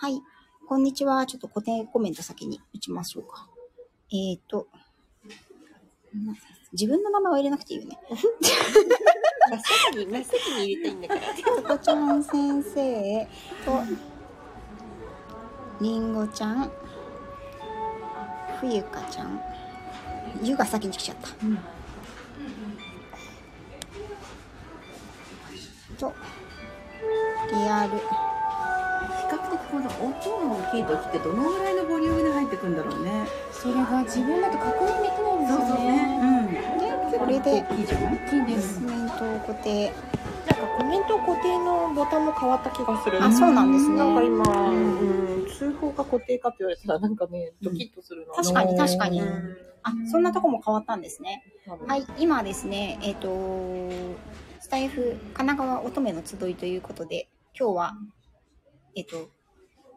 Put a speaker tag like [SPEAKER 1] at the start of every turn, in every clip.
[SPEAKER 1] はい。こんにちは。ちょっと固定コメント先に打ちましょうか。えっ、ー、と、な自分の名前は入れなくていいよね。
[SPEAKER 2] 真っ先に、真っ先に入れていいんだから。
[SPEAKER 1] とこちゃん先生と、りんごちゃん、ふゆかちゃん、ゆが先に来ちゃった。と、リアル。
[SPEAKER 3] 比較的この音の大きい時ってどのぐらいのボリュームで入ってくんだろうね。
[SPEAKER 4] それが自分だと確認できないんですよね。
[SPEAKER 3] うん。
[SPEAKER 1] これで
[SPEAKER 3] 大きいじゃない。
[SPEAKER 4] 大きいで
[SPEAKER 1] コ
[SPEAKER 4] す。
[SPEAKER 1] メントを固定。
[SPEAKER 2] なんかコメント固定のボタンも変わった気がする。
[SPEAKER 1] あ、そうなんですね。
[SPEAKER 2] なんか今、うん、通報か固定かって言われたら、なんかね、ドキッとするな。
[SPEAKER 1] 確かに確かに
[SPEAKER 2] うん
[SPEAKER 1] あ、そんなとこも変わったんですね。は
[SPEAKER 2] はい。
[SPEAKER 1] い、今ですね、えっ、と、スタイフ神奈川乙女の集いということで、今日は、えっ、と、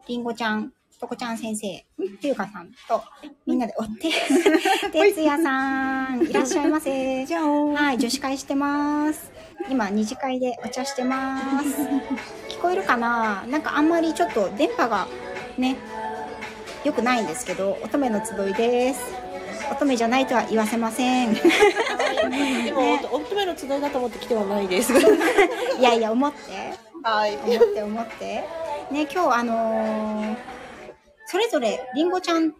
[SPEAKER 1] りんごちゃん、とこちゃん先生、ふゆかさんと、みんなで追って、てつやさん、いらっしゃいませ。
[SPEAKER 3] じゃあおー。
[SPEAKER 1] はい、女子会してます。今、二次会でお茶してます。聞こえるかななんかあんまりちょっと電波がね、良くないんですけど、乙女の集いです。乙女じゃないとは言わせません。
[SPEAKER 2] でも、乙女の集いだと思って来てはないです。
[SPEAKER 1] いやいや、思って。
[SPEAKER 2] はい。
[SPEAKER 1] 思って思って。ね、今日あのーそれぞれ、りんごちゃんと、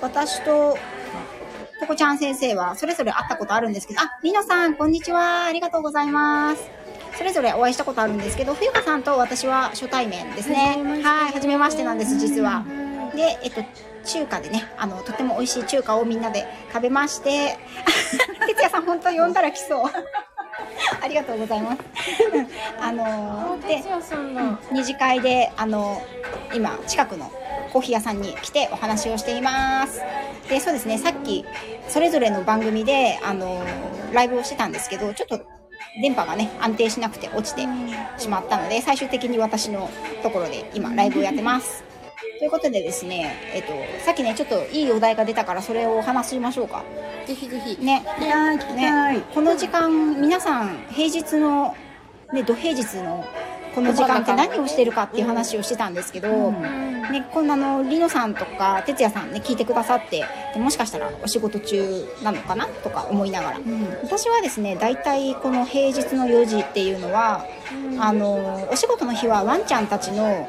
[SPEAKER 1] 私と、とこちゃん先生は、それぞれ会ったことあるんですけど、あ、みのさん、こんにちは。ありがとうございます。それぞれお会いしたことあるんですけど、冬香さんと私は初対面ですね。はい、初めましてなんです、実は。で、えっと、中華でね、あの、とても美味しい中華をみんなで食べまして、 哲也さん、本当呼んだら来そう。ありがとうございます。あの
[SPEAKER 4] あ、
[SPEAKER 1] ー、で
[SPEAKER 4] 哲、也さんだ。
[SPEAKER 1] 二次会であの今近くのコーヒー屋さんに来てお話をしていますでそうですねさっきそれぞれの番組であのライブをしてたんですけどちょっと電波がね安定しなくて落ちてしまったので最終的に私のところで今ライブをやってますということでですね、えっと、さっきねちょっといいお題が出たからそれをお話ししましょうか
[SPEAKER 2] ぜひぜひ。
[SPEAKER 1] ね
[SPEAKER 3] 聞きたい聞きたい。
[SPEAKER 1] この時間皆さん平日のね土平日のこの時間って何をしてるかっていう話をしてたんですけど、
[SPEAKER 3] うん
[SPEAKER 1] ね、こんなのりのさんとか哲也さんね聞いてくださってでもしかしたらお仕事中なのかなとか思いながら私はですね大体この平日の4時っていうのはあのお仕事の日はワンちゃんたちの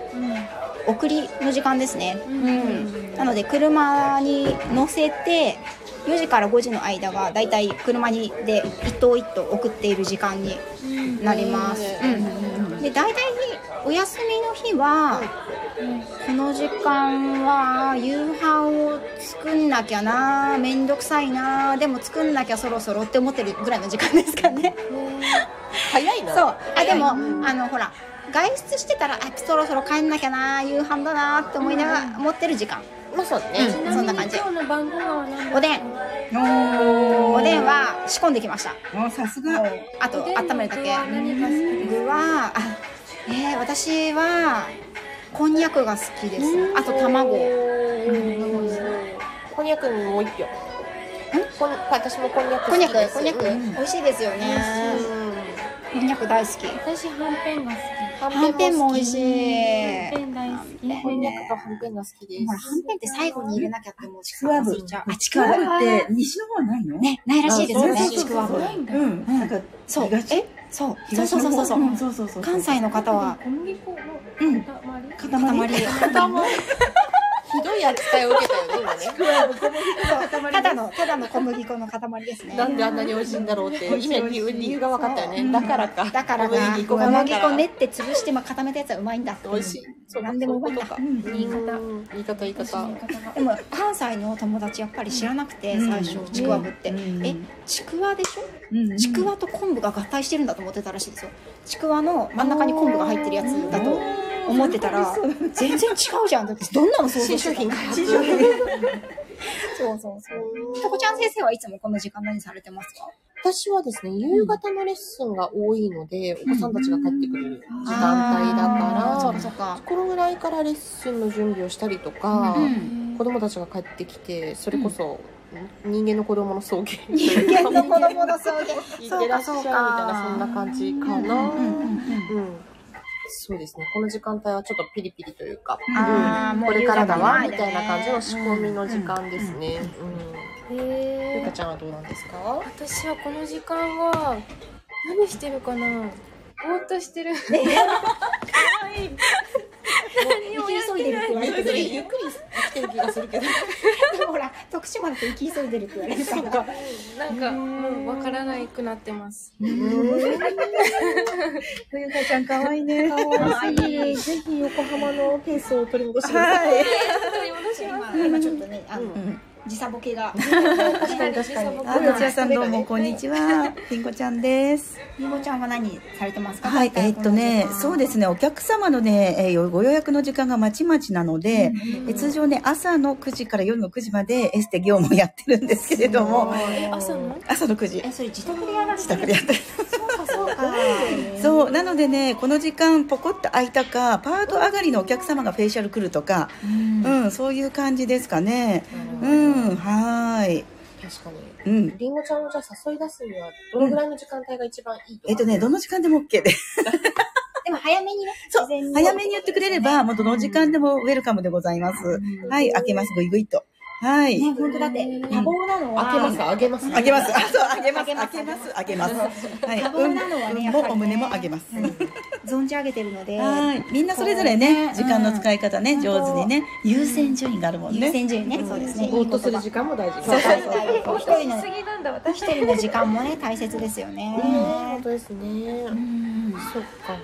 [SPEAKER 1] 送りの時間ですね、うんなので車に乗せて4時から5時の間はだいたい車にで一頭一頭送っている時間になります、
[SPEAKER 2] うん
[SPEAKER 1] うん、で大体お休みの日は、この時間は夕飯を作んなきゃなめんどくさいなでも作んなきゃそろそろって思ってるぐらいの時間ですかね
[SPEAKER 2] 早いな。
[SPEAKER 1] そう。あ、でも、あの、ほら、外出してたら、あ、そろそろ帰んなきゃな、夕飯だなって思いながら、持ってる時間。
[SPEAKER 2] まあそう
[SPEAKER 1] う
[SPEAKER 2] ね。
[SPEAKER 1] んそんな感じ
[SPEAKER 4] ちみに今日の晩ご飯は何
[SPEAKER 1] おでん。おでんは仕込んできました。
[SPEAKER 3] おさすが。
[SPEAKER 1] あと、温めるだけ。
[SPEAKER 4] 何が好きです
[SPEAKER 1] 具は、あ、えー、私は、こんにゃくが好きです。あと、卵。
[SPEAKER 2] うんこんにゃくもう一票。こん私もこんにゃく
[SPEAKER 1] こ
[SPEAKER 2] 好
[SPEAKER 1] んに
[SPEAKER 2] き
[SPEAKER 1] ゃ
[SPEAKER 2] で
[SPEAKER 1] く、
[SPEAKER 2] す。
[SPEAKER 1] こんにゃく、美味しいですよね。こんにゃく大好き。
[SPEAKER 4] 私はんぺんが好
[SPEAKER 2] か
[SPEAKER 1] はんぺんも美味しい。
[SPEAKER 4] き。はんぺん大好き。
[SPEAKER 2] こんにゃくとはんぺんが好きで
[SPEAKER 1] ほら
[SPEAKER 2] す。
[SPEAKER 1] はんぺんって最後に入れなきゃって思う。ち
[SPEAKER 3] ちくわぶ。
[SPEAKER 1] あ、ちく
[SPEAKER 3] ちく
[SPEAKER 1] わぶ。
[SPEAKER 3] わぶって西の方はないの？。
[SPEAKER 1] ね、ないらしいですよ
[SPEAKER 3] あ
[SPEAKER 1] ね
[SPEAKER 3] そ、うそうそう
[SPEAKER 1] ちくわぶ。
[SPEAKER 4] ないんだ。
[SPEAKER 3] うん。なんか
[SPEAKER 1] そう
[SPEAKER 3] 東。
[SPEAKER 1] え、そう。そう
[SPEAKER 3] 東
[SPEAKER 1] そう
[SPEAKER 3] の
[SPEAKER 1] そう
[SPEAKER 3] 方
[SPEAKER 1] そうそう。
[SPEAKER 3] んそうそうそう。
[SPEAKER 1] 関西の方は、
[SPEAKER 4] 小麦粉の
[SPEAKER 1] うん、
[SPEAKER 4] 塊。
[SPEAKER 3] 塊。
[SPEAKER 1] 塊。
[SPEAKER 2] ひどい扱いを受けたよね、今ね。
[SPEAKER 1] ただの、ただの小麦粉の塊ですね。
[SPEAKER 2] なんであんなに美味しいんだろうって、今理由理由が分かったよね。だからか。
[SPEAKER 1] だから
[SPEAKER 2] 小
[SPEAKER 1] な、
[SPEAKER 2] 麦
[SPEAKER 1] 小
[SPEAKER 2] 粉がだ
[SPEAKER 1] 麦
[SPEAKER 2] から
[SPEAKER 1] 粉練って潰して、まあ、固めたやつはうまいんだって。
[SPEAKER 2] 美味しい。そう
[SPEAKER 1] なんでもうまいんだ
[SPEAKER 2] そう
[SPEAKER 3] うん
[SPEAKER 2] うことか。
[SPEAKER 4] 新潟
[SPEAKER 2] うん。言い方言い方。
[SPEAKER 1] でも、関西の友達やっぱり知らなくて、
[SPEAKER 3] うん
[SPEAKER 1] 最初、ちくわぶって。
[SPEAKER 3] うん
[SPEAKER 1] え、ちくわでしょ
[SPEAKER 3] うん
[SPEAKER 1] ちくわと昆布が合体してるんだと思ってたらしいですよ。ちくわの真ん中に昆布が入ってるやつだと思ってたら、全然違うじゃん。だってどんなの想像して
[SPEAKER 2] 新
[SPEAKER 1] た
[SPEAKER 2] 商品開発。
[SPEAKER 1] そうそうそう。とこちゃん先生はいつもこの時間何されてますか
[SPEAKER 2] 私はですね、夕方のレッスンが多いので、お子さんたちが帰ってくる時間帯だ
[SPEAKER 1] あーそっ
[SPEAKER 2] か、
[SPEAKER 1] かそっから
[SPEAKER 2] このぐらいからレッスンの準備をしたりとか、
[SPEAKER 1] うん
[SPEAKER 2] 子供たちが帰ってきて、それこそ、人間の子供の送迎
[SPEAKER 1] 人間の子 供の送迎
[SPEAKER 2] 行ってらっしゃいみたいな、そんな感じかな。
[SPEAKER 1] うんうんうん
[SPEAKER 2] うん。そうですね。この時間帯はちょっとピリピリというか、
[SPEAKER 1] あー
[SPEAKER 2] うん
[SPEAKER 1] もう
[SPEAKER 2] これからだわ、
[SPEAKER 1] 夕
[SPEAKER 2] み
[SPEAKER 1] 方
[SPEAKER 2] たいな感じの仕込みの時間ですね。うん。ゆう
[SPEAKER 4] へ
[SPEAKER 2] か
[SPEAKER 4] え。
[SPEAKER 2] ちゃんはどうなんですか
[SPEAKER 4] 私はこの時間は、何してるかなぼーっとしてる。かわいい。何をやって
[SPEAKER 1] 生き急いでるって言わ
[SPEAKER 2] ゆ
[SPEAKER 1] れ
[SPEAKER 2] っくり、
[SPEAKER 1] て
[SPEAKER 2] ゆ
[SPEAKER 1] る
[SPEAKER 2] っくり生きてる気がするけど。
[SPEAKER 1] ほら徳島だと行き急いでるって言われるから
[SPEAKER 4] なんか、もうわからなくなってます。
[SPEAKER 1] 冬香ちゃん可愛いね
[SPEAKER 2] 可愛い。ぜひ横浜のペースを取り戻してください。
[SPEAKER 1] 今今ちょっとねあの、
[SPEAKER 5] ん
[SPEAKER 1] 時差ボケが
[SPEAKER 2] 確かに確かに。
[SPEAKER 5] あ、土屋さんどうも、こんにちは。ピンコちゃんです。
[SPEAKER 1] りんごちゃんは何されてますか
[SPEAKER 5] はい、えーっとね、そうですすね、お客様のね、えーよご予約の時間がまちまちなので、えー通常ね、朝の9時から夜の9時までエステ業務をやってるんですけれども、
[SPEAKER 4] え、朝の
[SPEAKER 5] 朝の9時、
[SPEAKER 1] えそれ自宅でやら
[SPEAKER 5] 自
[SPEAKER 1] せて
[SPEAKER 5] 宅でやってる。
[SPEAKER 1] そうかそうか
[SPEAKER 5] そう、なのでね、この時間、ポコッと空いたか、パート上がりのお客様がフェイシャル来るとか、
[SPEAKER 1] うん
[SPEAKER 5] うん、そういう感じですかね。う
[SPEAKER 2] うん
[SPEAKER 5] ん、はーい。
[SPEAKER 2] 確かに。
[SPEAKER 5] うん。
[SPEAKER 2] りんごちゃんをじゃあ誘い出すには、どのぐらいの時間帯が一番いいとか、
[SPEAKER 5] えっとね、どの時間でも OK で。
[SPEAKER 1] でも早めにね
[SPEAKER 5] そう
[SPEAKER 1] 事前に
[SPEAKER 5] 早めに言ってくれれば、もうどの時間でもウェルカムでございます。はい、開けます、ぐいぐいと。はい。
[SPEAKER 1] ね本当だって多忙なのは
[SPEAKER 2] 開けます、開けます。
[SPEAKER 5] 開けます。あ、そう、開けま
[SPEAKER 1] 開け
[SPEAKER 5] す。
[SPEAKER 1] ます
[SPEAKER 5] 開けます。開けま す。はい。
[SPEAKER 1] 多忙なのはね
[SPEAKER 5] うん
[SPEAKER 1] やっぱりね
[SPEAKER 5] もお胸も開けます。
[SPEAKER 1] 存じ上げてるので
[SPEAKER 5] はい。みんなそれぞれね、
[SPEAKER 1] そ
[SPEAKER 5] 時
[SPEAKER 1] うね
[SPEAKER 5] 間の使い方ね、上手にね、優先順位があるもん
[SPEAKER 1] 優
[SPEAKER 5] ね。
[SPEAKER 1] 先順位ねそうですね
[SPEAKER 2] ぼーっとする時間も大事。
[SPEAKER 1] そうそうそう
[SPEAKER 4] え、お
[SPEAKER 1] 一
[SPEAKER 4] 一
[SPEAKER 1] 人
[SPEAKER 4] 人
[SPEAKER 1] の
[SPEAKER 4] 過ぎなんだ、私。
[SPEAKER 1] 一人の時間もね大切ですよね
[SPEAKER 2] ね本当ですね。そっか。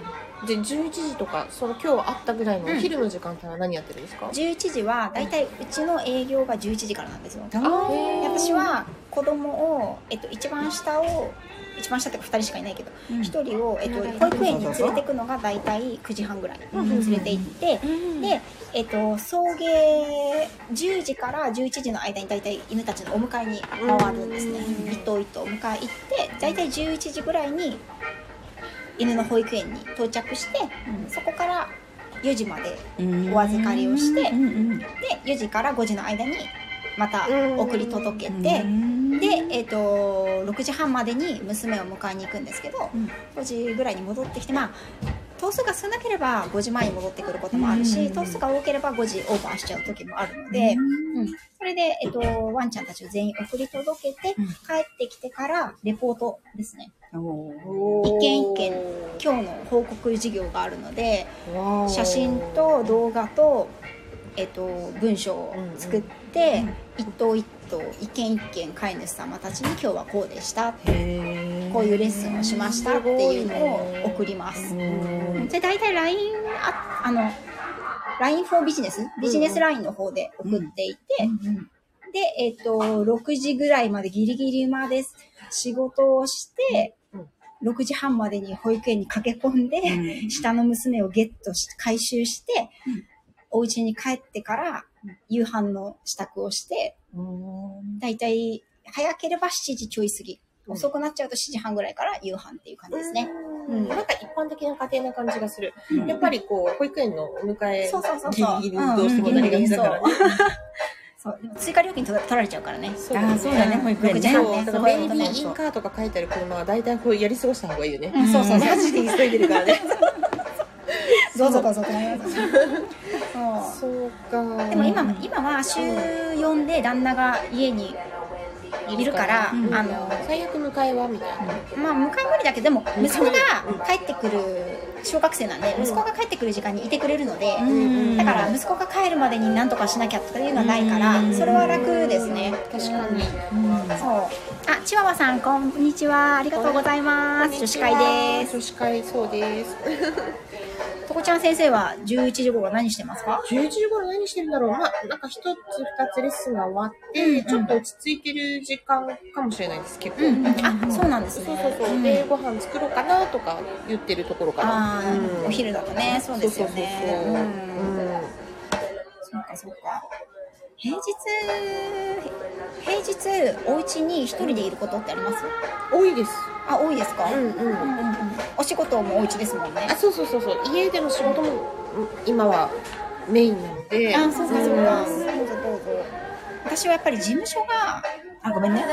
[SPEAKER 2] で、11時とか、その今日あったぐらいのお昼の時間帯は何やってるんですか、
[SPEAKER 1] 11時は大体うちの営業が11時からなんですよ
[SPEAKER 5] あ
[SPEAKER 1] で私は子供を、えっと、一番下を一番下っていうか2人しかいないけど、
[SPEAKER 5] うん
[SPEAKER 1] 一1人を、えっと、保育園に連れてくのが大体9時半ぐらいに連れて行って、で、えっと、送迎10時から11時の間に大体犬たちのお迎えに回るんですね
[SPEAKER 2] うん
[SPEAKER 1] 一頭一頭お迎え行って大体11時ぐらいに犬の保育園に到着して、そこから4時まで
[SPEAKER 5] うん
[SPEAKER 1] お預かりをして
[SPEAKER 5] うんうん
[SPEAKER 1] で4時から5時の間にまた送り届け
[SPEAKER 5] うん
[SPEAKER 1] て。
[SPEAKER 5] うん
[SPEAKER 1] で、えー、と6時半までに娘を迎えに行くんですけど、
[SPEAKER 5] うん
[SPEAKER 1] 5時ぐらいに戻ってきてまあ頭数が少なければ5時前に戻ってくることもあるし、
[SPEAKER 5] うんうんうん
[SPEAKER 1] 頭数が多ければ5時オーバーしちゃう時もあるので、うんそれで、えー、とワンちゃんたちを全員送り届けて、
[SPEAKER 5] うん
[SPEAKER 1] 帰ってきてからレポートですね
[SPEAKER 5] おー
[SPEAKER 1] 一軒一軒今日の報告事業があるので
[SPEAKER 2] わー
[SPEAKER 1] 写真と動画と,、えっと文章を作って、一頭一頭一軒一軒飼い主様たちに今日はこうでした
[SPEAKER 5] へー
[SPEAKER 1] こういうレッスンをしましたっていうのを送ります。
[SPEAKER 5] うん
[SPEAKER 1] で大体 LINE ああの LINE for ビジネスビジネス LINE の方で送っていて、で、えっと6時ぐらいまでギリギリまで仕事をして、
[SPEAKER 2] うん
[SPEAKER 1] 6時半までに保育園に駆け込んで、下の娘をゲットし回収して、お家に帰ってから夕飯の支度をして、だいたい早ければ7時ちょい過ぎ。
[SPEAKER 2] うん
[SPEAKER 1] 遅くなっちゃうと7時半ぐらいから夕飯っていう感じですね。
[SPEAKER 2] うん
[SPEAKER 1] うん
[SPEAKER 2] なんか一般的な家庭な感じがする。
[SPEAKER 5] うん
[SPEAKER 2] やっぱりこう、保育園のお迎え
[SPEAKER 1] そうそうそう
[SPEAKER 2] ギ
[SPEAKER 1] そう。
[SPEAKER 2] リギリどうしてもなりがちだからね。
[SPEAKER 1] うんうんうんそう。そうでも追加料金取ら取られちゃうからね。
[SPEAKER 2] そう
[SPEAKER 5] あーそうだね保育園ね
[SPEAKER 1] 6時半
[SPEAKER 2] そ
[SPEAKER 1] ね
[SPEAKER 2] う、
[SPEAKER 1] そ
[SPEAKER 2] だから
[SPEAKER 1] う
[SPEAKER 2] ベ
[SPEAKER 1] いうこ
[SPEAKER 2] イビ
[SPEAKER 1] とね
[SPEAKER 2] ーインカーとか書いてある車は大体こうやり過ごした方がいいよね。
[SPEAKER 1] うん そうそうそう
[SPEAKER 2] マジで急いでるからね。
[SPEAKER 1] どうぞどうぞってなりますよねそう
[SPEAKER 2] そうか。
[SPEAKER 1] でも今今は週4で旦那が家にいるから、
[SPEAKER 5] うん
[SPEAKER 1] あの
[SPEAKER 2] 最悪迎えはみたいな。
[SPEAKER 1] まあ、迎え無理だけど、でも、息子が帰ってくる、小学生なんで、息子が帰ってくる時間にいてくれるので、
[SPEAKER 5] うん
[SPEAKER 1] だから、息子が帰るまでに何とかしなきゃとかいうのはないから、それは楽ですね。
[SPEAKER 2] 確かに。
[SPEAKER 1] そう。あ、チワワさん、こんにちは。ありがとうございます。女子会です。
[SPEAKER 2] 女子会そうです。
[SPEAKER 1] とこちゃん先生は、11時頃何してますか
[SPEAKER 2] 11時頃何してるんだろうまあ、なんか一つ二つレッスンが終わって、
[SPEAKER 1] うんうん
[SPEAKER 2] ちょっと落ち着いてる時間かもしれないです、結構。
[SPEAKER 1] うん。あ、そうなんですね。
[SPEAKER 2] そうそうそう。で、ご飯作ろうかなとか言ってるところかな。
[SPEAKER 1] あ
[SPEAKER 2] う
[SPEAKER 1] ー
[SPEAKER 2] ん
[SPEAKER 1] お昼だとね、そうですよ
[SPEAKER 2] そうそうそう
[SPEAKER 1] ね。うん
[SPEAKER 2] うん
[SPEAKER 1] そうかそうか。平日平日お家に一人でいることってあります？
[SPEAKER 2] 多いです。
[SPEAKER 1] あ多いですか？
[SPEAKER 2] うんうん。
[SPEAKER 1] うんうんお仕事もお家ですもんね
[SPEAKER 2] あ。そうそうそうそう家での仕事もうん今はメインなので
[SPEAKER 1] あそうかそうか。
[SPEAKER 2] ん
[SPEAKER 1] どうぞどうぞ。私はやっぱり事務所が
[SPEAKER 5] あ、ごめんね。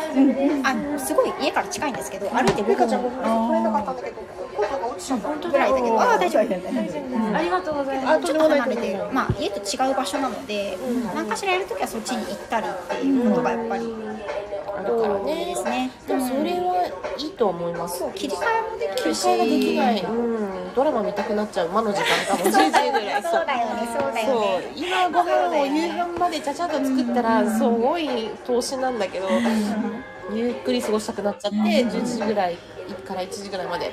[SPEAKER 1] あすごい家から近いんですけど歩いて
[SPEAKER 2] ゆ
[SPEAKER 1] 5
[SPEAKER 2] かちゃんご
[SPEAKER 1] 分
[SPEAKER 2] めんなさい来れなかったんだけど今度なんか落
[SPEAKER 1] ションぐらいだけど、ああ、大丈夫、大丈夫。
[SPEAKER 4] 大丈夫ですありがとうござい
[SPEAKER 1] あ
[SPEAKER 4] ます
[SPEAKER 1] ちょっと離れてる、まあ、家と違う場所なので、何かしらやるときはそっちに行ったりっていうことがやっぱり
[SPEAKER 2] あるから
[SPEAKER 1] 多い
[SPEAKER 2] ね
[SPEAKER 1] ですね。
[SPEAKER 2] でもそれ
[SPEAKER 1] うん
[SPEAKER 2] はいいと思います
[SPEAKER 1] 切り替えもでき
[SPEAKER 2] 切り
[SPEAKER 1] るし、
[SPEAKER 2] 替えができない、うん、ドラマ見たくなっちゃう今の時間かも10時ぐらい
[SPEAKER 1] そうだよね、そうだよ
[SPEAKER 2] そう
[SPEAKER 1] ね。
[SPEAKER 2] 今ご飯を夕飯までちゃちゃっと作ったらすごい投資なんだけどゆっくり過ごしたくなっちゃって11時ぐらいから1時ぐらいまで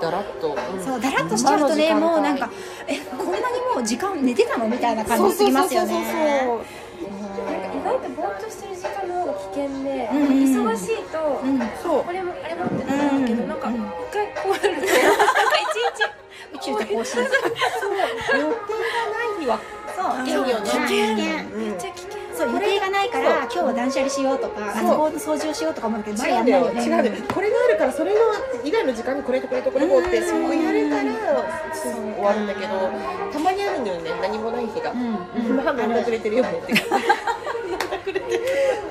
[SPEAKER 2] だらっと、うん
[SPEAKER 1] そうだらっとしちゃうとね、
[SPEAKER 2] 今の
[SPEAKER 1] も
[SPEAKER 2] 時間
[SPEAKER 1] う
[SPEAKER 2] 帯
[SPEAKER 1] なんか、え、こんなにもう時間寝てたのみたいな
[SPEAKER 2] そ
[SPEAKER 1] 感
[SPEAKER 2] う
[SPEAKER 1] じす
[SPEAKER 2] そう
[SPEAKER 1] ぎ
[SPEAKER 2] そ
[SPEAKER 1] ま
[SPEAKER 2] う
[SPEAKER 1] す
[SPEAKER 2] そ
[SPEAKER 1] よ
[SPEAKER 2] うそ
[SPEAKER 1] ね。
[SPEAKER 2] う
[SPEAKER 4] なんか意外とぼーっとしてる時間の方が危険で、
[SPEAKER 1] んうん
[SPEAKER 4] 忙しいと、
[SPEAKER 1] うん、
[SPEAKER 2] そう
[SPEAKER 4] これもあれもってなるけど、なんか一回こうなると、なんか
[SPEAKER 1] 宇宙と更新。そう、予定がな
[SPEAKER 2] そう
[SPEAKER 1] い日は。そう、危
[SPEAKER 2] 危
[SPEAKER 1] 険。
[SPEAKER 2] うん
[SPEAKER 4] めっちゃ危険。
[SPEAKER 1] そう予定がないから今日は断捨離しようとかあそこの掃除をしようとか思うけどまだやんないよね
[SPEAKER 2] 違 うんだよこれがあるからそれの以外の時間にこれとこれとこれこうって
[SPEAKER 1] うん
[SPEAKER 2] そうやれたらそう終わるんだけどたまにあるんだよね何もない日が、
[SPEAKER 1] うん
[SPEAKER 2] まあめんたくれてるよねってめんたくれてる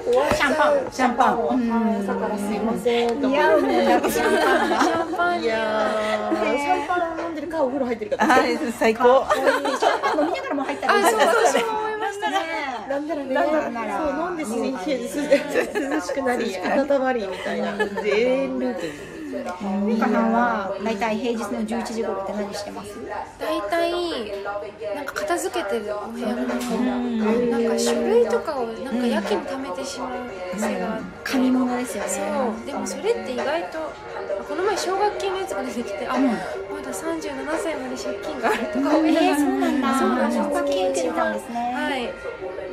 [SPEAKER 2] 終わっちゃう
[SPEAKER 1] シャンパンシャンパン
[SPEAKER 2] シャンパン朝からすいませんと
[SPEAKER 1] い
[SPEAKER 2] 思
[SPEAKER 1] や
[SPEAKER 2] っ
[SPEAKER 1] もうや
[SPEAKER 2] て
[SPEAKER 1] っぱシャンパンだ
[SPEAKER 4] シャンパン
[SPEAKER 2] いやーシャンパン飲んでるかお風呂入ってるか
[SPEAKER 5] はい、最高。
[SPEAKER 1] 飲みながらも入ったらいい
[SPEAKER 2] あそうそう
[SPEAKER 1] 私も思いましたね
[SPEAKER 2] なんならね
[SPEAKER 1] なんなら
[SPEAKER 2] そう飲んでし涼しくなり温まりみたいな全ルートに
[SPEAKER 1] 美香さんは大体平日の11時頃って何してます
[SPEAKER 4] 大体なんか片付けてるお部屋の中になんか書類とかをなんかやけに溜めてしまう癖があって
[SPEAKER 1] 紙物ですよね
[SPEAKER 4] そうでもそれって意外とこの前奨学金のやつが出てきてあ、まだ37歳まで借金があるとか思いなが
[SPEAKER 1] えー
[SPEAKER 4] ら
[SPEAKER 1] そうなんだ
[SPEAKER 4] そうなんです
[SPEAKER 1] 奨学金受けてたんですね
[SPEAKER 4] はい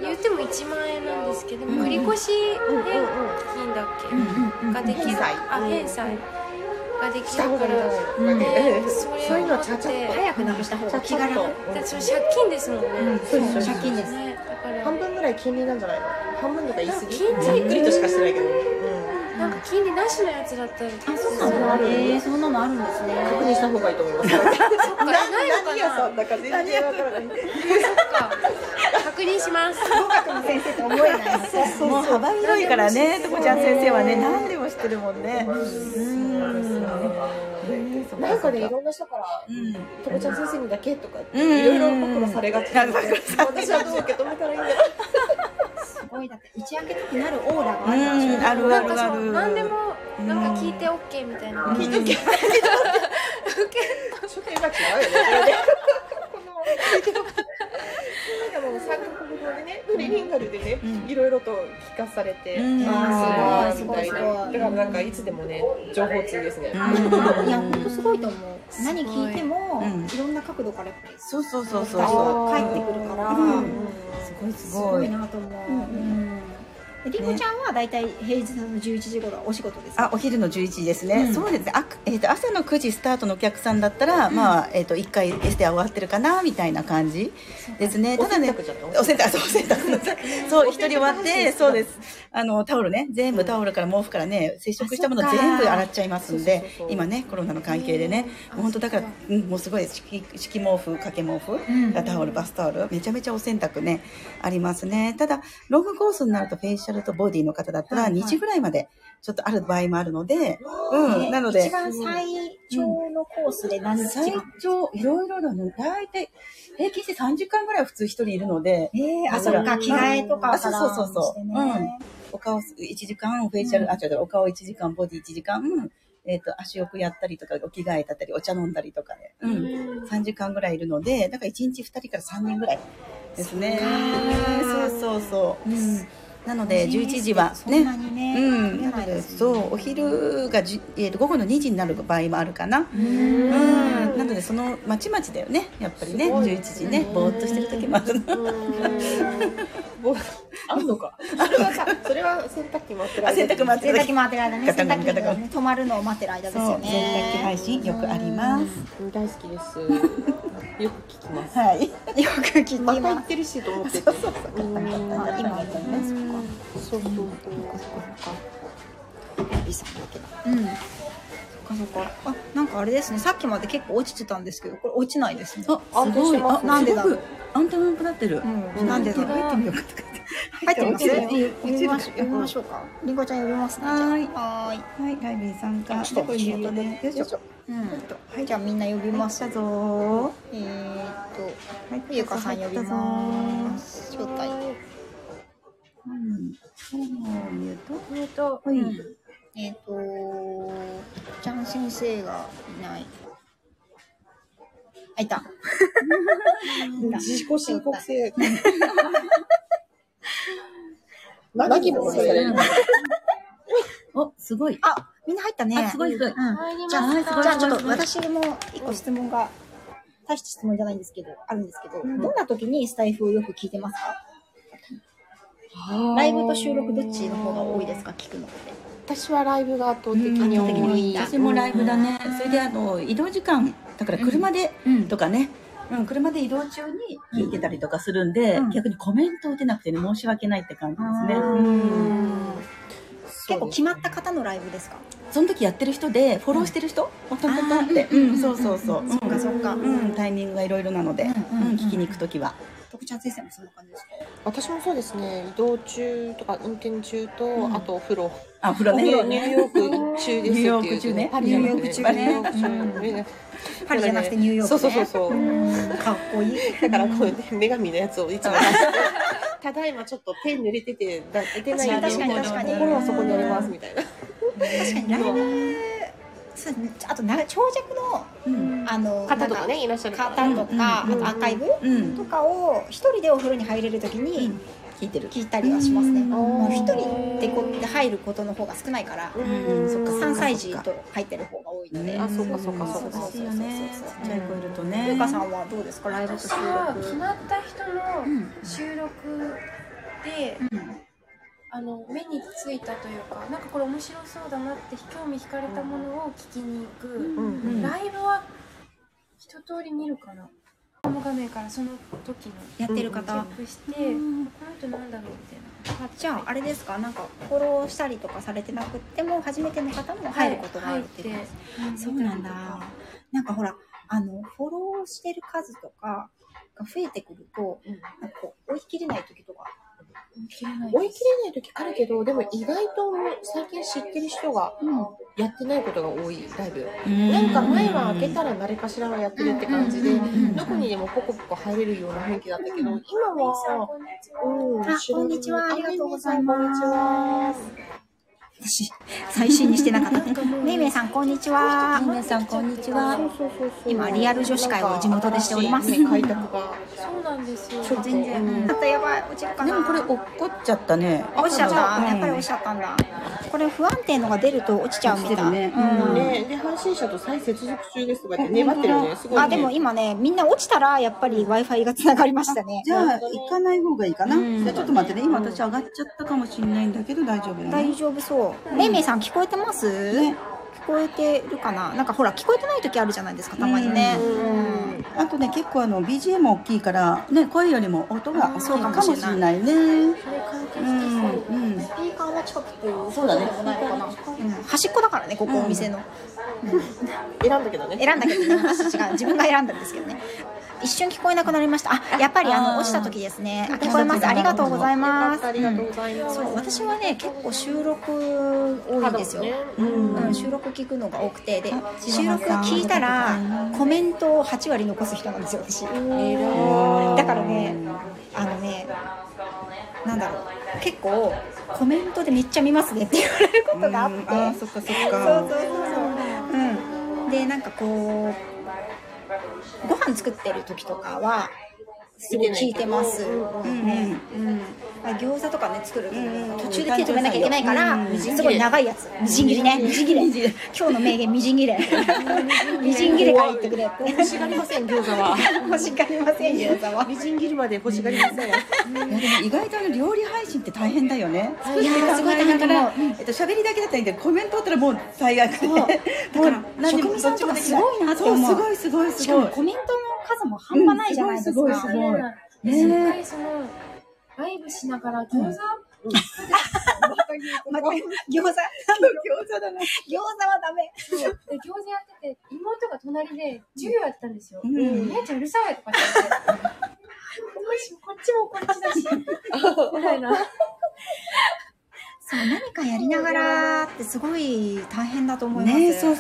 [SPEAKER 4] 言っても1万円なんですけど繰り越し返金だっけ、ができる
[SPEAKER 2] 返済
[SPEAKER 4] あ返済ができ
[SPEAKER 2] した
[SPEAKER 4] る
[SPEAKER 2] 方
[SPEAKER 4] か
[SPEAKER 2] がいい
[SPEAKER 4] ら、
[SPEAKER 2] うん
[SPEAKER 4] ね
[SPEAKER 2] そ
[SPEAKER 4] そうれ
[SPEAKER 2] いうのはちゃちゃっ
[SPEAKER 4] を持
[SPEAKER 2] と
[SPEAKER 4] って
[SPEAKER 1] 早くなくした方が気軽
[SPEAKER 2] ちょっ
[SPEAKER 4] だってそれ借金ですもんね、
[SPEAKER 2] そうそう
[SPEAKER 1] 借金です
[SPEAKER 4] ねだか
[SPEAKER 2] 半
[SPEAKER 4] ら
[SPEAKER 2] 分ぐらい金利なんじゃないの半分とか言い過ぎ
[SPEAKER 4] 金利
[SPEAKER 2] ざっくりとしかしてないけど、うん
[SPEAKER 4] なんか金利なしのやつだったら
[SPEAKER 1] あそうなのあるえーそんなのあるんですね
[SPEAKER 2] 確認した方がいいと思います
[SPEAKER 4] そっかないの
[SPEAKER 2] 何屋さ
[SPEAKER 4] かなん
[SPEAKER 2] だか全然わからない
[SPEAKER 4] そっか確認します
[SPEAKER 1] 語学の先生って思えないですね
[SPEAKER 5] もう幅広いからね、とこちゃん先生はね、何でも知ってるもんね。うん。
[SPEAKER 2] なんかねいろんな人から
[SPEAKER 5] うん。
[SPEAKER 2] 「とこちゃん先生にだけ」とかって
[SPEAKER 5] うん
[SPEAKER 2] いろいろ暴露されがちなんで
[SPEAKER 5] うん暴露され
[SPEAKER 2] 私は
[SPEAKER 5] がち
[SPEAKER 2] どう受け止めたらいいんだろう
[SPEAKER 1] すごいだって打ち明けたくなるオーラが
[SPEAKER 5] う
[SPEAKER 1] あるんでしょ
[SPEAKER 5] ん、ある
[SPEAKER 4] な
[SPEAKER 5] あ
[SPEAKER 4] んか
[SPEAKER 5] るあ
[SPEAKER 4] そう
[SPEAKER 5] る。
[SPEAKER 4] 何でもなんか聞いて OK みたいな
[SPEAKER 2] 聞いとけちょっと今違うよね このなんかもう三カ国語でねフリリンガルでねいろいろと聞かされて
[SPEAKER 5] うん
[SPEAKER 2] あー
[SPEAKER 1] す
[SPEAKER 2] み
[SPEAKER 1] ごい
[SPEAKER 2] たいな
[SPEAKER 1] すごい
[SPEAKER 2] だからなんかいつでもね情報通ですね
[SPEAKER 1] いや本当すごいと思う何聞いても
[SPEAKER 5] うん
[SPEAKER 1] いろんな角度からやっぱり
[SPEAKER 5] そうそうそうそうそ
[SPEAKER 1] 返ってくるから、
[SPEAKER 5] う。すごいす
[SPEAKER 1] す
[SPEAKER 5] ご
[SPEAKER 1] ごい
[SPEAKER 5] い。
[SPEAKER 1] なと思う。うんでりんごちゃんはだいたい平日の11時頃はお仕事です
[SPEAKER 5] あ
[SPEAKER 1] か。
[SPEAKER 5] お昼の11時ですね、
[SPEAKER 1] うん
[SPEAKER 5] そうですねあ、えー、と朝の9時スタートのお客さんだったら、まあ、えー、と1回エステは終わってるかなみたいな感じですねただね
[SPEAKER 2] お洗濯じゃない
[SPEAKER 5] お洗濯そうお洗濯 そう一人終わってそうですあのタオルね全部タオルから毛布からね接触したもの
[SPEAKER 1] あそっか
[SPEAKER 5] 全部洗っちゃいますん
[SPEAKER 2] そうそう
[SPEAKER 5] で
[SPEAKER 2] そうそう
[SPEAKER 5] 今ねコロナの関係でねもう本当だから、うん、もうすごい敷敷毛布掛け毛布、
[SPEAKER 1] ん
[SPEAKER 5] タオルバスタオルめちゃめちゃお洗濯ねありますねただロングコースになるとフェイシャルとボディの方だったら
[SPEAKER 1] はいはい
[SPEAKER 5] 2時ぐらいまでちょっとある場合もあるので、うん、なの
[SPEAKER 1] 一
[SPEAKER 5] で、
[SPEAKER 1] 番最長のコースで何時
[SPEAKER 5] 最
[SPEAKER 1] 間。
[SPEAKER 5] 長、いろいろだね、大体、平均して3時間ぐらいは普通一人いるので、
[SPEAKER 1] ええ、あそ
[SPEAKER 5] そう
[SPEAKER 1] っ
[SPEAKER 5] だ
[SPEAKER 1] か着替えとか
[SPEAKER 5] あ
[SPEAKER 1] か
[SPEAKER 5] そう
[SPEAKER 1] ら
[SPEAKER 5] そうそうそ
[SPEAKER 1] し
[SPEAKER 5] う
[SPEAKER 1] てね
[SPEAKER 5] お顔1時間、フェイシャル、あ、違う、お顔1時間、ボディ1時間、えっ、と、足浴やったりとか、お着替えだったり、お茶飲んだりとかで、うん、3時間ぐらいいるので、だから1日2人から3人ぐらいですね。そうそうそう。うんなので、11時は
[SPEAKER 1] そん
[SPEAKER 5] ね、
[SPEAKER 1] なにね
[SPEAKER 5] うん、
[SPEAKER 1] 出ないですね
[SPEAKER 5] そうお昼がじ、えー、と午後の2時になる場合もあるかなうんなのでそのまちまちだよねやっぱりね
[SPEAKER 2] すごい
[SPEAKER 5] 11時ねぼーっとしてる時もあるの
[SPEAKER 2] あるのか。それはさ、それは洗濯機待ってる間
[SPEAKER 5] あ洗濯待って
[SPEAKER 1] 洗濯
[SPEAKER 5] る時
[SPEAKER 1] 機回ってる間ね
[SPEAKER 5] ガ
[SPEAKER 1] 洗
[SPEAKER 5] タガ
[SPEAKER 1] 濯
[SPEAKER 5] タ
[SPEAKER 1] 機
[SPEAKER 5] ガタガタ
[SPEAKER 1] がね止まるのを待ってる間です
[SPEAKER 5] そ
[SPEAKER 1] よ
[SPEAKER 5] う洗濯機配
[SPEAKER 1] ね。
[SPEAKER 5] 信よくあります
[SPEAKER 2] 大好きです。よく聞きます。
[SPEAKER 5] はい
[SPEAKER 1] よく聞いて
[SPEAKER 2] また行
[SPEAKER 1] ま
[SPEAKER 2] ってるしと思ってて。うん
[SPEAKER 1] す。今ね。
[SPEAKER 2] そうそうそう。
[SPEAKER 1] うん。そっかそっか。あ、なんかあれですね。さっきまで結構落ちてたんですけど、これ落ちないですね。
[SPEAKER 5] あすごいあ
[SPEAKER 1] なんでだ
[SPEAKER 5] すごくアンテナ良くなってる
[SPEAKER 1] う、ん。なんでだろう。
[SPEAKER 5] やってみようかとか言って
[SPEAKER 1] 入ってます
[SPEAKER 5] 入ってます
[SPEAKER 1] 読みまし
[SPEAKER 5] 落ち
[SPEAKER 1] 読
[SPEAKER 5] る
[SPEAKER 1] みましょうか。りんごちゃん読みますね。
[SPEAKER 5] はーい
[SPEAKER 1] じゃあはーい。
[SPEAKER 5] はい、ライビーさんが。
[SPEAKER 1] ちょっと
[SPEAKER 5] これ見えるねよいし
[SPEAKER 1] よい
[SPEAKER 5] ょ。
[SPEAKER 1] しょうん。じゃあみんな呼びます。
[SPEAKER 5] たぞ
[SPEAKER 1] えーっと、
[SPEAKER 5] ー。はい
[SPEAKER 1] ゆかさん呼びます。招待。
[SPEAKER 5] うん。これも見ると。
[SPEAKER 4] えっと、
[SPEAKER 5] はい。
[SPEAKER 1] えっ、とちゃん先生がいない。あ、い た。
[SPEAKER 2] 自己申告制。
[SPEAKER 1] 何
[SPEAKER 2] 何気もそれ。
[SPEAKER 5] お、すごい。
[SPEAKER 1] あ、みんな入ったね。
[SPEAKER 5] あ、すごいすごい。
[SPEAKER 1] うん。
[SPEAKER 4] 入りま
[SPEAKER 1] じゃあ、
[SPEAKER 5] あー
[SPEAKER 1] じ
[SPEAKER 5] すごい
[SPEAKER 1] ゃあちょっ
[SPEAKER 5] す
[SPEAKER 1] と
[SPEAKER 5] ごい
[SPEAKER 1] 私も一個質問が、大した質問じゃないんですけど、あるんですけど、どんな時にスタイフをよく聞いてますかライブと収録どっちの方が多いですか聞くのって。
[SPEAKER 2] 私はライブが圧倒的
[SPEAKER 5] 圧
[SPEAKER 2] に
[SPEAKER 5] 倒的に
[SPEAKER 2] 多
[SPEAKER 5] 多い
[SPEAKER 2] い。
[SPEAKER 5] 私もライブだね。それであの移動時間だから車で
[SPEAKER 1] うん
[SPEAKER 5] とかね。うん、車で移動中に聞いてたりとかするんで、
[SPEAKER 1] うん
[SPEAKER 5] 逆にコメント打てなくてね、申し訳ないって感じですね。
[SPEAKER 1] あー
[SPEAKER 5] うん
[SPEAKER 1] 結構決まった方のライブですか
[SPEAKER 5] その時やってる人で、フォローしてる人をトントントンって。うん、そうそうそう。
[SPEAKER 1] そっかそっか。
[SPEAKER 5] うん、タイミングがいろいろなので、
[SPEAKER 1] う
[SPEAKER 5] うん
[SPEAKER 1] うん
[SPEAKER 5] ん、聞きに行くときは。
[SPEAKER 1] 徳ちゃん先生もそんな感じですか
[SPEAKER 2] 私もそうですね。移動中とか運転中と、あとお風呂。
[SPEAKER 5] あ、お風呂
[SPEAKER 2] お風呂
[SPEAKER 5] ね。
[SPEAKER 2] ニューヨーク中ですっていう。
[SPEAKER 5] ニューヨーク中ね
[SPEAKER 2] パリじゃなくて
[SPEAKER 1] ニューヨーク中ね
[SPEAKER 2] ニューヨーク中ね
[SPEAKER 1] パリじゃなくてニューヨーク、ね。
[SPEAKER 2] そうそうそうそう
[SPEAKER 1] うんかっこいい。
[SPEAKER 2] だからこう、ね、女神のやつをいつも 出してただいまちょっとペン濡れててだ出ないんで
[SPEAKER 1] 確かに
[SPEAKER 2] みたいな
[SPEAKER 1] 確かに
[SPEAKER 2] 心はそこにありますみたいな
[SPEAKER 1] 確かにライブ、そうですねあとな長尺の、
[SPEAKER 5] うん。
[SPEAKER 1] あの、
[SPEAKER 2] 方とか
[SPEAKER 1] なん
[SPEAKER 2] ねいらっしゃる
[SPEAKER 1] か、
[SPEAKER 2] から
[SPEAKER 1] 方とか、
[SPEAKER 5] うん
[SPEAKER 2] うん
[SPEAKER 1] あとアーカイブ
[SPEAKER 5] うん
[SPEAKER 1] と。かを一人でお風呂に入れるときに
[SPEAKER 5] 聞いてる。
[SPEAKER 1] 聞いたりはしますね。
[SPEAKER 5] うん
[SPEAKER 1] もう一人でこうやって入ることの方が少ないから、
[SPEAKER 5] うんそっか
[SPEAKER 1] 3歳児
[SPEAKER 5] そっ
[SPEAKER 1] と入ってる方が多いので。
[SPEAKER 5] ね
[SPEAKER 2] あそうかそうかそうか
[SPEAKER 5] 難しいよね。ちっちゃい子いるとね。
[SPEAKER 1] ゆかさんはどうですかライブと
[SPEAKER 4] 私
[SPEAKER 1] 収
[SPEAKER 4] は決
[SPEAKER 1] 録。
[SPEAKER 4] まった人
[SPEAKER 1] う
[SPEAKER 4] の
[SPEAKER 1] ん。
[SPEAKER 4] 収録で、あの目についたというかなんかこれ面白そうだなって興味惹かれたものを聞きに行く、
[SPEAKER 2] うん
[SPEAKER 4] ライブは一通り見るかなホーム画面からその時の
[SPEAKER 1] やってる
[SPEAKER 4] チ
[SPEAKER 1] 方
[SPEAKER 4] ェッ。クして、この人なんだろうみたいな
[SPEAKER 1] あじゃああれですかなんかフォローしたりとかされてなくっても初めての方も入ることがあるっていう感じ
[SPEAKER 4] 入って
[SPEAKER 1] そうなんだ。なんかほら、あの、フォローしてる数とかが増えてくると、なんかこう、追い切れない時とか。
[SPEAKER 4] 切れない
[SPEAKER 2] 追い切れない時あるけどでも意外と最近知ってる人がやってないことが多いライブ
[SPEAKER 5] うん
[SPEAKER 2] なんか前は開けたら誰かしらがやってるって感じで
[SPEAKER 1] うんうんうんうん
[SPEAKER 2] どこにでもポコポコ入れるような雰囲気だったけど今は
[SPEAKER 4] こんにちは
[SPEAKER 2] うん
[SPEAKER 1] あこんにちはありがとうございます
[SPEAKER 2] こんにちは
[SPEAKER 1] 私、最新にしてなか った。めいめいさん、こんにちは。
[SPEAKER 5] 皆さんこんにちは。
[SPEAKER 1] 今リアル女子会を地元でしております
[SPEAKER 2] なんか新しいね開拓が
[SPEAKER 4] そうなんですよ
[SPEAKER 2] ちょっと
[SPEAKER 1] 全然。あとやばい、落ちるか
[SPEAKER 5] で
[SPEAKER 1] な。
[SPEAKER 5] もこれ落っこっちゃったね。
[SPEAKER 1] 落ちちゃった。
[SPEAKER 5] うん
[SPEAKER 1] やっぱり落ちちゃったんだ。これ不安定のが出ると落ちちゃうみ
[SPEAKER 5] 落ちて
[SPEAKER 1] た
[SPEAKER 5] る
[SPEAKER 1] い。
[SPEAKER 5] ね
[SPEAKER 1] うん
[SPEAKER 2] ね、で配信者と再接続中ですとかって粘ってるよねすごいね
[SPEAKER 1] あ、でも今ね、みんな落ちたら、やっぱり Wi-Fi が繋がりましたね。
[SPEAKER 5] じゃあ行かない方がいいかな。
[SPEAKER 1] うん
[SPEAKER 5] じゃあちょっと待ってね。今私上がっちゃったかもしれないんだけど大丈夫だ
[SPEAKER 1] 大
[SPEAKER 5] ね。
[SPEAKER 1] 丈夫そう。めいめいさん聞こえてます、
[SPEAKER 5] ね
[SPEAKER 1] 聞こえてるかななんかほら、聞こえてない時あるじゃないですか、たまにね。うん
[SPEAKER 5] あとね結構あの BGM 大きいからね声よりも音が大きいかもしれないね。
[SPEAKER 4] それ関係して
[SPEAKER 5] う
[SPEAKER 4] そうん
[SPEAKER 5] うん。
[SPEAKER 1] スピーカーは近くて、
[SPEAKER 5] そうだね
[SPEAKER 1] でもないのかなうん端っこだからね、ここお店の。
[SPEAKER 2] 選んだけどね
[SPEAKER 1] 選んだけどね、私違 う。自分が選んだんですけどね。一瞬聞こえなくなりました。あ、やっぱりあ
[SPEAKER 5] あ
[SPEAKER 1] の、
[SPEAKER 5] ー
[SPEAKER 1] 落ちた時ですね。あ聞こえます。ありがとうございます。
[SPEAKER 2] ありがとうございます、
[SPEAKER 1] そう私はね、結構収録多いんですよ。うん、収録聞くのが多くてで収録聞いたらコメントを8割残す人なんですよ私だからねあのねなんだろう結構コメントでめっちゃ見ますねって言われることがあって
[SPEAKER 5] あーそっかそっ
[SPEAKER 1] そうそ
[SPEAKER 5] か。
[SPEAKER 1] うそうそううんでなんかこうご飯作ってる時とかはすごい聞いてます
[SPEAKER 5] うんう
[SPEAKER 1] う
[SPEAKER 5] ん。
[SPEAKER 1] ん、あ餃子とかね作る時
[SPEAKER 5] うん
[SPEAKER 1] 途中で手止めなきゃいけないから、
[SPEAKER 5] うん
[SPEAKER 1] すごい長いやつみじん切りねみじん切れ今日の名言みじん切れみじん切れから言ってくれって
[SPEAKER 2] 欲しがりません餃子は
[SPEAKER 1] 欲しがりませんよ餃子は
[SPEAKER 2] みじん切るまで欲しがりません
[SPEAKER 5] いやでも意外とあの料理配信って大変だよね。
[SPEAKER 1] いやーすごい大変だな
[SPEAKER 5] えっと喋りだけだったらいいんだけどコメント打ったらもう最悪で。
[SPEAKER 1] う
[SPEAKER 5] だか
[SPEAKER 1] も
[SPEAKER 5] ら
[SPEAKER 1] う職人さんとかすごいなって思う
[SPEAKER 5] そうすごいすごいす
[SPEAKER 1] しか
[SPEAKER 5] ご
[SPEAKER 1] も
[SPEAKER 5] い。
[SPEAKER 1] コメントの数も半端ないじゃないですか、
[SPEAKER 5] うんすごいすごいすごい
[SPEAKER 4] 見れない
[SPEAKER 5] ね
[SPEAKER 4] しっかりそのライブしながら餃子
[SPEAKER 1] また餃子餃
[SPEAKER 5] 子だな。
[SPEAKER 1] 子はダメ
[SPEAKER 4] で餃子やってて妹が隣で授業やってたんですよ、
[SPEAKER 5] うん
[SPEAKER 4] お姉ちゃんうるさいとかって言って
[SPEAKER 1] こっちもこっちだし。
[SPEAKER 4] みたいな。
[SPEAKER 1] そう、何かやりながらってすごい大変だと思います。
[SPEAKER 5] ねそう